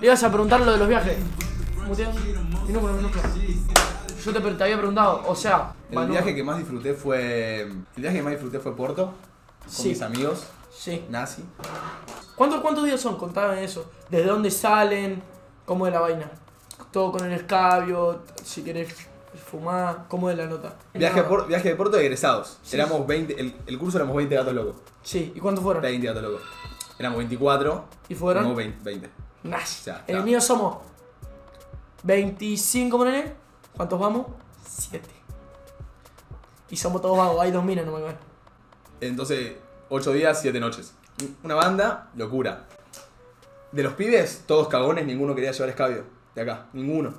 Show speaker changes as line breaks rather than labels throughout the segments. Ibas a preguntar lo de los viajes. Muteado. Y no, con el minúscula. Yo te, pre- te había preguntado, o sea.
El
Manu-
viaje que más disfruté fue. El viaje que más disfruté fue Porto. Con
Sí.
mis amigos.
Sí.
Nazi.
¿Cuántos, ¿Cuántos días son? Contame eso. ¿Desde dónde salen? ¿Cómo es la vaina? Todo con el escabio, si querés fumar, ¿cómo es la nota?
Viaje, a Por- viaje de Porto de egresados.
Sí.
Éramos 20. El, el curso éramos 20 gatos locos.
Sí, ¿y cuántos fueron?
20 gatos locos. Éramos 24.
¿Y fueron?
Éramos 20. 20.
Nice.
Ya,
en
ya.
el mío somos 25, ponele. ¿Cuántos vamos? 7. Y somos todos vagos, hay dos minas, no me acuerdo.
Entonces, 8 días, 7 noches. Una banda, locura. De los pibes, todos cagones, ninguno quería llevar escabio. De acá, ninguno.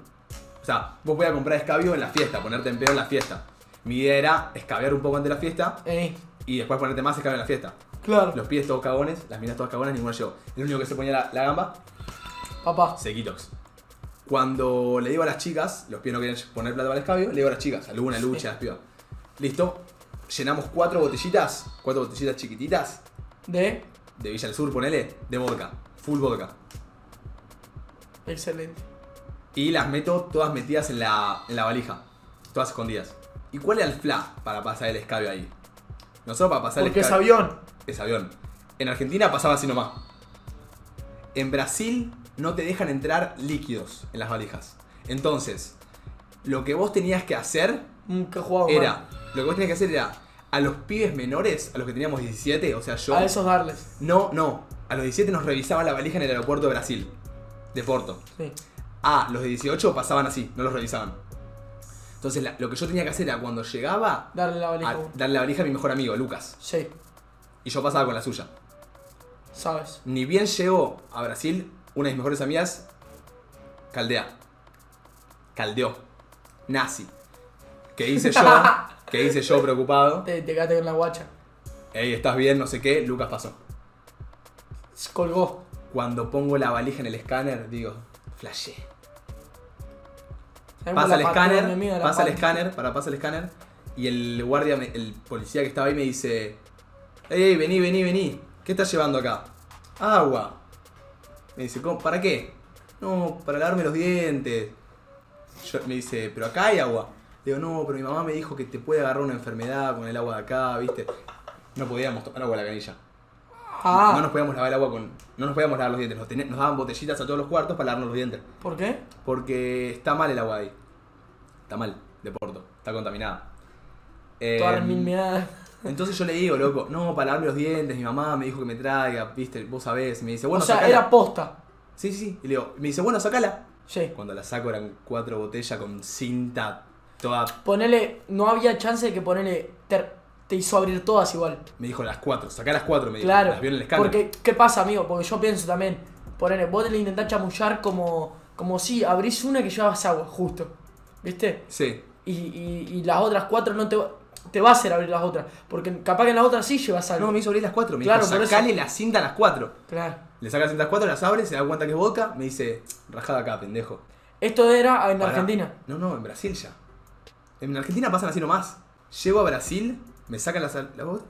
O sea, vos podías comprar escabio en la fiesta, ponerte en pedo en la fiesta. Mi idea era escabiar un poco antes de la fiesta
Eh,
y después ponerte más escabio en la fiesta.
claro.
Los pibes todos cagones, las minas todas cagones, ninguno llegó. El único que se ponía la, la gamba,
Papá.
sequitox. Cuando le digo a las chicas, los pibes no querían poner plata para el escabio, le digo a las chicas, alguna lucha, las pibas. Listo, llenamos cuatro botellitas, cuatro botellitas chiquititas,
De.
de Villa del Sur, ponele, de vodka, full vodka.
Excelente.
Y las meto todas metidas en la, en la valija, todas escondidas. ¿Y cuál era el fla para pasar el escabio ahí? Nosotros para pasar
Porque
el
es
escabio.
avión.
Es avión. En Argentina pasaba así nomás. En Brasil no te dejan entrar líquidos en las valijas. Entonces, lo que vos tenías que hacer
Nunca he jugado.
era. Lo que vos tenías que hacer era. A los pibes menores, a los que teníamos 17, o sea yo.
A esos darles.
No, no. A los 17 nos revisaban la valija en el aeropuerto de Brasil. De Porto.
Sí.
Ah, los de 18 pasaban así, no los revisaban. Entonces, la- lo que yo tenía que hacer era cuando llegaba,
Darle la valija.
a-
uno.
darle la valija a mi mejor amigo, Lucas.
Sí,
Y yo pasaba con la suya.
sabes.
Ni bien llegó a Brasil, una de mis mejores amigas, caldea. Caldeó. Nazi. ¿Qué hice yo? ¿Qué hice yo preocupado?
Te, te quedaste con la guacha.
Ey, ¿estás bien? No sé qué. Lucas pasó.
Se colgó.
Cuando pongo la valija en el escáner, digo, flashé.
Sabemos
Pasa
la
el
patrona
escáner,
enemiga, la
pasa el
pat-
escáner, para, pasa el escáner. Y el guardia, me- el policía que estaba ahí me dice, ey, ey, vení, vení, vení. ¿Qué estás llevando acá? Agua. Me dice, "¿Cómo- ¿para qué? No, para lavarme los dientes. Yo- me dice, pero acá hay agua. Le digo, no, pero mi mamá me dijo que te puede agarrar una enfermedad con el agua de acá, ¿viste? No podíamos tomar agua de la canilla.
Ah,
No nos podíamos lavar el agua con... No nos podíamos lavar los dientes. Nos, teni- nos daban botellitas a todos los cuartos para lavarnos los dientes.
¿por qué?
Porque está mal el agua de ahí. Está mal, de Porto. Está contaminada. Eh,
Toda remilmeada.
entonces yo le digo, loco, no, para lavarme los dientes, mi mamá me dijo que me traiga, viste, vos sabés. Me dice, bueno,
o sea,
sacala.
era posta.
Sí, sí, sí. Y le digo, me dice, bueno, sacala.
Sí.
Cuando la saco eran cuatro botellas con cinta toda.
Ponele, no había chance de que ponele, te, te hizo abrir todas igual.
Me dijo las cuatro, sacá las cuatro, me dijo.
Claro.
Las vio en el escáner.
Porque, ¿qué pasa, amigo? Porque yo pienso también, ponele, vos te le intentás chamullar como, como si abrís una que llevabas agua, justo. ¿Viste?
Sí,
Y, y, y las otras cuatro no te va, te va a hacer abrir las otras. Porque capaz que en las otras sí llevas algo.
No, me hizo abrir las cuatro. Me
Claro, por
dijo,
eso.
sacale la cinta a las cuatro.
Claro.
Le saca la cinta a las cuatro, las abre, se da cuenta que es vodka. Me dice, rajada acá, pendejo.
Esto era en
Pará.
Argentina.
No, no, en Brasil ya. En Argentina pasan así nomás. Llego a Brasil, me sacan la, sal- la voz,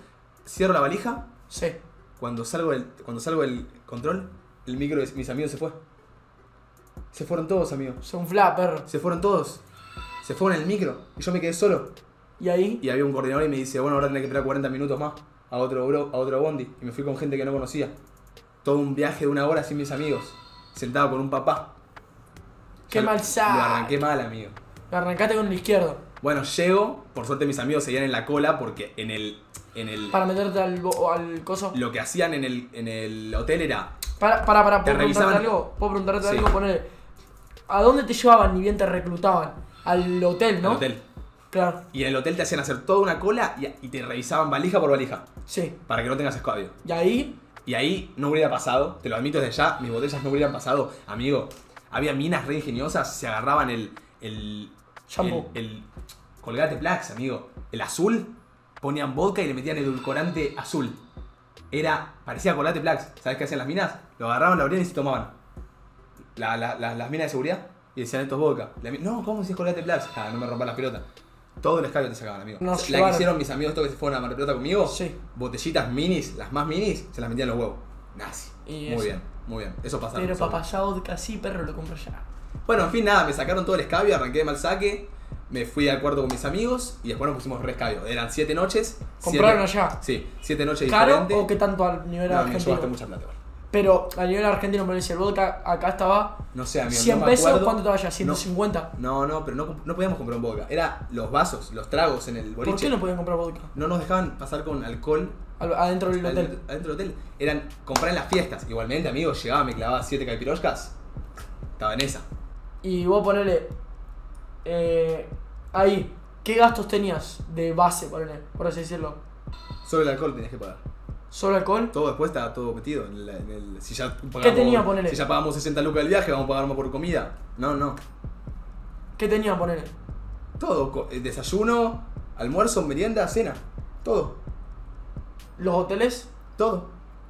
cierro la valija.
Sí.
Cuando salgo del, cuando salgo del control, el micro de mis amigos se fue. Se fueron todos, amigos.
Se un fla, perro.
Se fueron todos. Se fueron en el micro y yo me quedé solo.
Y ahí,
Y había un coordinador y me dice, bueno, ahora tenés que esperar 40 minutos más a otro, bro- a otro bondi. Y me fui con gente que no conocía. Todo un viaje de una hora sin mis amigos. Sentado con un papá.
qué
Ya lo-
mal
Lo
sabe.
arranqué mal, amigo.
Lo arrancaste con el izquierdo.
Bueno, llego, por suerte mis amigos seguían en la cola porque en el. En el
Para meterte al, bo- al coso.
lo que hacían en el, en el hotel era.
Para, para, para,
Te
¿puedo preguntarte
revisaban.
algo? ¿Puedo preguntarte
Sí.
algo? Poner, ¿A dónde te llevaban ni bien te reclutaban? Al hotel, ¿no?
El hotel.
Claro,
Y en el hotel te hacían hacer toda una cola y, y te revisaban valija por valija
sí.
para que no tengas escabio.
Y ahí,
Y ahí no hubiera pasado, te lo admito desde ya, mis botellas no hubieran pasado. Amigo, había minas re ingeniosas, se agarraban el. el.
Shampoo.
el, el colgate Plax, amigo. El azul, ponían vodka y le metían edulcorante azul. Era. parecía colgate Plax. ¿Sabes qué hacían las minas? Lo agarraban, lo abrían y se tomaban. La- la- la- las minas de seguridad y decían esto es vodka. La mi- no, ¿cómo si es colgate Plax? Ah, no me rompan las pelotas. Todo el escabio te sacaban, amigo.
Nos
la que
llevaron.
hicieron mis amigos estos que se fueron a Mar del Plata conmigo,
Sí.
botellitas minis, las más minis, se las metían en los huevos. Nazi.
Y
Muy
eso.
bien. Muy bien, eso pasa.
Pero
nosotros.
papayado casi perro lo compro ya.
Bueno, en fin, nada, me sacaron todo el escabio, arranqué de mal saque, me fui al cuarto con mis amigos y después nos pusimos re escabio. Eran siete noches.
Compraron
siete-
allá.
Sí, siete noches
¿Caro
diferentes.
o qué tanto al nivel
No, me
argentino?
llevaste mucha plata. igual.
Pero a nivel argentino, por decir, el vodka acá estaba
No sé, amigo.
100
no me
pesos,
acuerdo.
¿cuánto te vaya?
No,
¿150?
No, no, pero no, no podíamos comprar un vodka. Era los vasos, los tragos en el boliche.
¿Por qué no podían comprar vodka?
No nos dejaban pasar con alcohol
Al- Adentro del
adentro,
hotel.
adentro del hotel. Eran comprar en las fiestas. Igualmente, amigo, llegaba, me clavaba siete caipiroscas. Estaba en esa.
Y vos ponele. eh, ahí, ¿qué gastos tenías de base, ponele, por así decirlo?
Solo el alcohol tenías que pagar.
¿Solo alcohol?
Todo después estaba todo metido. En la- en el, si ya pagamos,
tenía, ponele?
Si ya pagamos 60 lucas del viaje, vamos a pagar más por comida. No, no.
¿Qué tenías, ponele?
Todo. co- eh, Desayuno, almuerzo, merienda, cena. Todo.
¿Los hoteles?
Todo.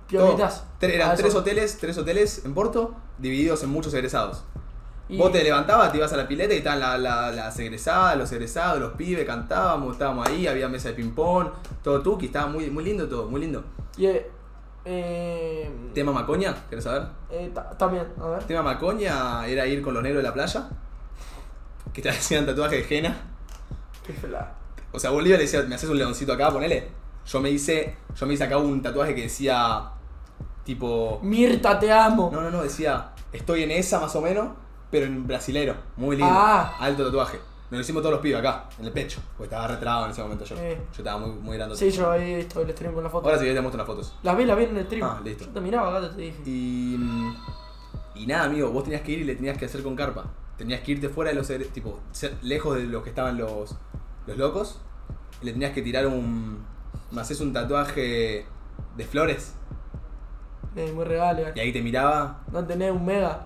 Piolitas.
Todo. Tre-
A
eran
eso.
tres hoteles, tres hoteles en Porto, divididos en muchos egresados.
Y-
Vos te levantabas, te ibas a la pileta y estaban la- la- las egresadas, los egresados, los pibes, cantábamos, estábamos ahí, había mesa de ping-pong, todo tuki, estaba muy, muy lindo todo, muy lindo.
Y, eh, eh,
¿Tema Macoña? ¿Querés saber?
eh, ta- también, a ver.
Tema Macoña era ir con los negros de la playa, que te hacían tatuaje de henna.
Qué fla-
O sea, Bolivia le decía, me haces un leoncito acá, ponele. Yo me hice, yo me hice acá un tatuaje que decía, tipo,
Mirta, te amo.
No, no, no, decía, estoy en esa más o menos, pero en brasilero. Muy lindo.
Ah.
Alto tatuaje. Nos lo hicimos todos los pibes acá, en el pecho. Porque estaba retrado en ese momento yo.
Eh.
Yo estaba muy, muy grande.
Sí, yo he visto el stream con la foto.
Ahora sí que te muestro las fotos.
Las vi, las vi en el stream.
Ah, listo.
Yo te miraba acá, te dije.
Y. mm, Y nada, amigo, vos tenías que ir y le tenías que hacer con carpa. Tenías que irte fuera de los. egres- Tipo, ser- lejos de los que estaban los. Los locos. Y le tenías que tirar un. Me haces un tatuaje de flores.
Eh, muy real, eh.
Y ahí te miraba.
No tenés un mega.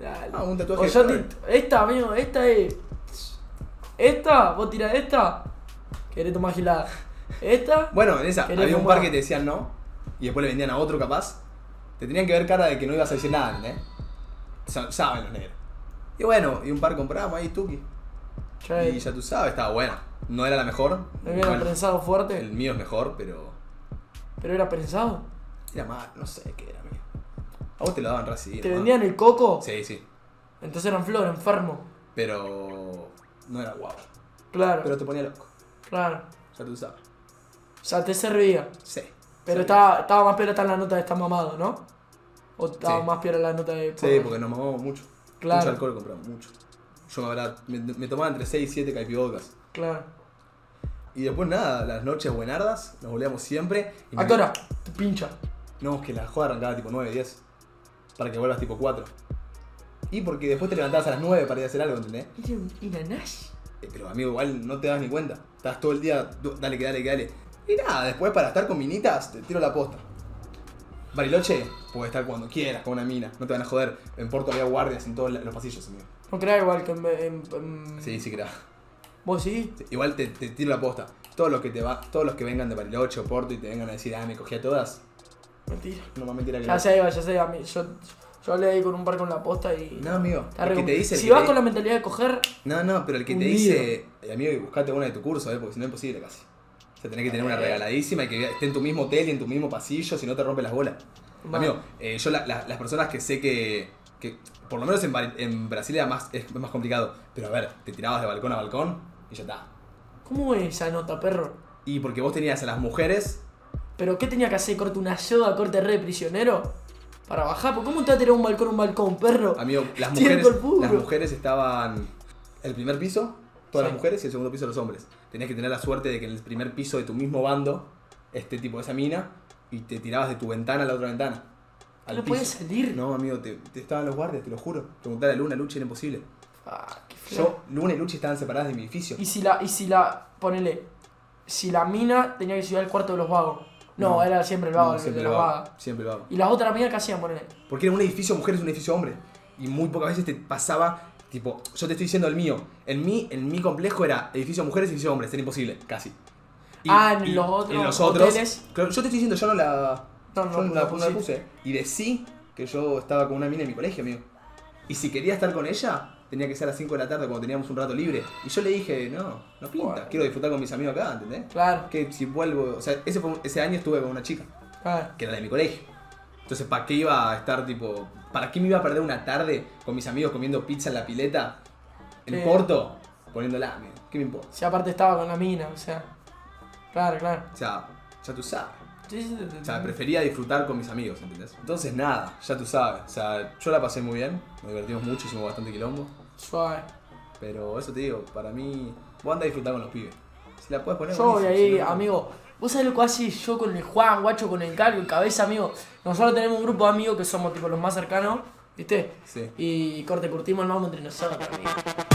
Dale.
Ah, un tatuaje
O
de
yo
flor.
te- Esta, amigo, esta es. Esta, vos tirás esta. Querés tomar gilada. Esta.
Bueno, en esa,
Querés
había un
fumar.
par que te decían no, y después le vendían a otro capaz. Te tenían que ver cara de que no ibas a decir nada, ¿eh? Saben los negros. Y bueno, y un par compramos ahí, Tuki.
Ya
Y ya tú sabes, estaba buena. No era la mejor.
me hubiera
Igual,
pensado fuerte,
el mío es mejor, pero.
pero era pensado.
Era mal, no sé qué era, amigo. A vos te lo daban recibido.
Te vendían el coco,
ah. Sí, sí.
entonces eran flor, enfermo.
Pero. No era guau.
Claro,
Pero te ponía loco.
claro.
Ya tú sabes.
O sea, te servía.
Sí.
Pero
Sí.
estaba, estaba más pelota en la nota de estar mamado, ¿no? O estaba
Sí.
más peor en la nota de.
Sí, porque nos mamamos mucho.
Claro.
Mucho alcohol compramos, mucho. Yo me, habrá- me, me tomaba entre 6 y 7 caipibocas.
Claro.
Y después nada, las noches buenardas, nos volvíamos siempre. Y
¿A qué hora? Te pincha.
No, es que la joda arrancaba tipo 9, 10. Para que vuelvas tipo 4. Y porque después te levantabas a las 9 para ir a hacer algo, ¿entendés?
Era un inanás.
Eh, Pero amigo, igual no te das ni cuenta. Estás todo el día, du- dale, que dale, que dale. Y nada, después para estar con minitas, te tiro la posta. Bariloche, puedes estar cuando quieras con una mina, no te van a joder. En Porto había guardias en todos la- los pasillos, amigo.
No creas igual que en. en- en-
Sí, sí que era.
¿Vos sí?
Sí, Igual te, te tiro la posta. Todos los que te va, todos los que vengan de Bariloche o Porto y te vengan a decir, ah, me cogí a todas,
Mentira.
no más mentira que
Ya
no.
se iba, ya se iba. a mí- Yo, yo hablé ahí con un par con la posta y.
No, amigo.
Está
El que
re-
te dice. el
si
que
vas
te-
con la mentalidad de coger,
No, no, pero el que te
Hundido.
dice. eh, Amigo, y buscate una de tu curso, eh, porque si no es imposible casi. O sea, tenés que tener
Eh.
una regaladísima y que esté en tu mismo hotel y en tu mismo pasillo, si no te rompe las bolas.
Mal.
Amigo, eh, yo la- la- las personas que sé que. que por lo menos en, Bari- en Brasil era más, es más complicado. Pero a ver, te tirabas de balcón a balcón y ya está.
¿cómo es esa nota, perro?
Y porque vos tenías a las mujeres.
¿Pero qué tenía que hacer? ¿Corte una yoga, corte re prisionero? Para bajar, ¿por cómo te va a tirar un balcón un balcón, perro?
Amigo, las
Tiempo
mujeres.
al puro.
Las mujeres estaban. El primer piso, todas
Sí.
las mujeres, y el segundo piso los hombres. Tenías que tener la suerte de que en el primer piso de tu mismo bando, este tipo, esa mina, y te tirabas de tu ventana a la otra ventana. Al
no
piso.
podías salir.
No, amigo, te, te estaban los guardias, te lo juro. Preguntar a Luna, Luchi era imposible.
Ah, qué feo.
Yo, Luna y Luchi estaban separadas de mi edificio.
Y si la, y si la, ponele, si la mina tenía que subir al cuarto de los vagos. No,
No.
era siempre el
No,
vago, el
siempre
de
lo
los
hago.
vagas.
Siempre lo hago.
Y las otras minas que hacían, ponele.
Porque era un edificio de mujeres, un edificio de hombres. Y muy pocas veces te pasaba, tipo, yo te estoy diciendo el mío. En mí, en mi complejo era edificio de mujeres, edificio de hombres. Era imposible, casi.
Ah, en los otros
en los otros.
hoteles.
Claro, yo te estoy diciendo, yo no la.
No,
No,
no,
no,
no
la,
la
no la
pusiste.
puse. Y decí que yo estaba con una mina en mi colegio, amigo. Y si quería estar con ella, tenía que ser a las 5 de la tarde cuando teníamos un rato libre. Y yo le dije, no, no pinta,
Bueno.
quiero disfrutar con mis amigos acá, ¿entendés?
Claro,
Que si vuelvo. O sea, ese, fue un- ese año estuve con una chica,
claro.
que era de mi colegio. Entonces, ¿para qué iba a estar tipo. ¿Para qué me iba a perder una tarde con mis amigos comiendo pizza en la pileta? En
Sí.
Porto, poniéndola, me- ¿qué me importa?
Si aparte estaba con la mina, o sea. Claro, claro.
O sea, ya tú sabes.
Sí, sí, sí, sí.
O sea, prefería disfrutar con mis amigos, ¿entendés? Entonces, nada, ya tú sabes. O sea, yo la pasé muy bien, nos divertimos mucho, hicimos bastante quilombo.
Suave.
Pero eso te digo, para mí, vos andás a disfrutar con los pibes. Si la puedes poner,
Yo voy
buenísimo,
ahí,
si no, no.
amigo. ¿Vos sabés lo que así yo con el Juan, guacho, con el Cargo, el Cabeza, amigo? Nosotros tenemos un grupo de amigos que somos tipo los más cercanos, ¿viste?
Sí.
Y corte, curtimos el mambo entre nosotros, amigo.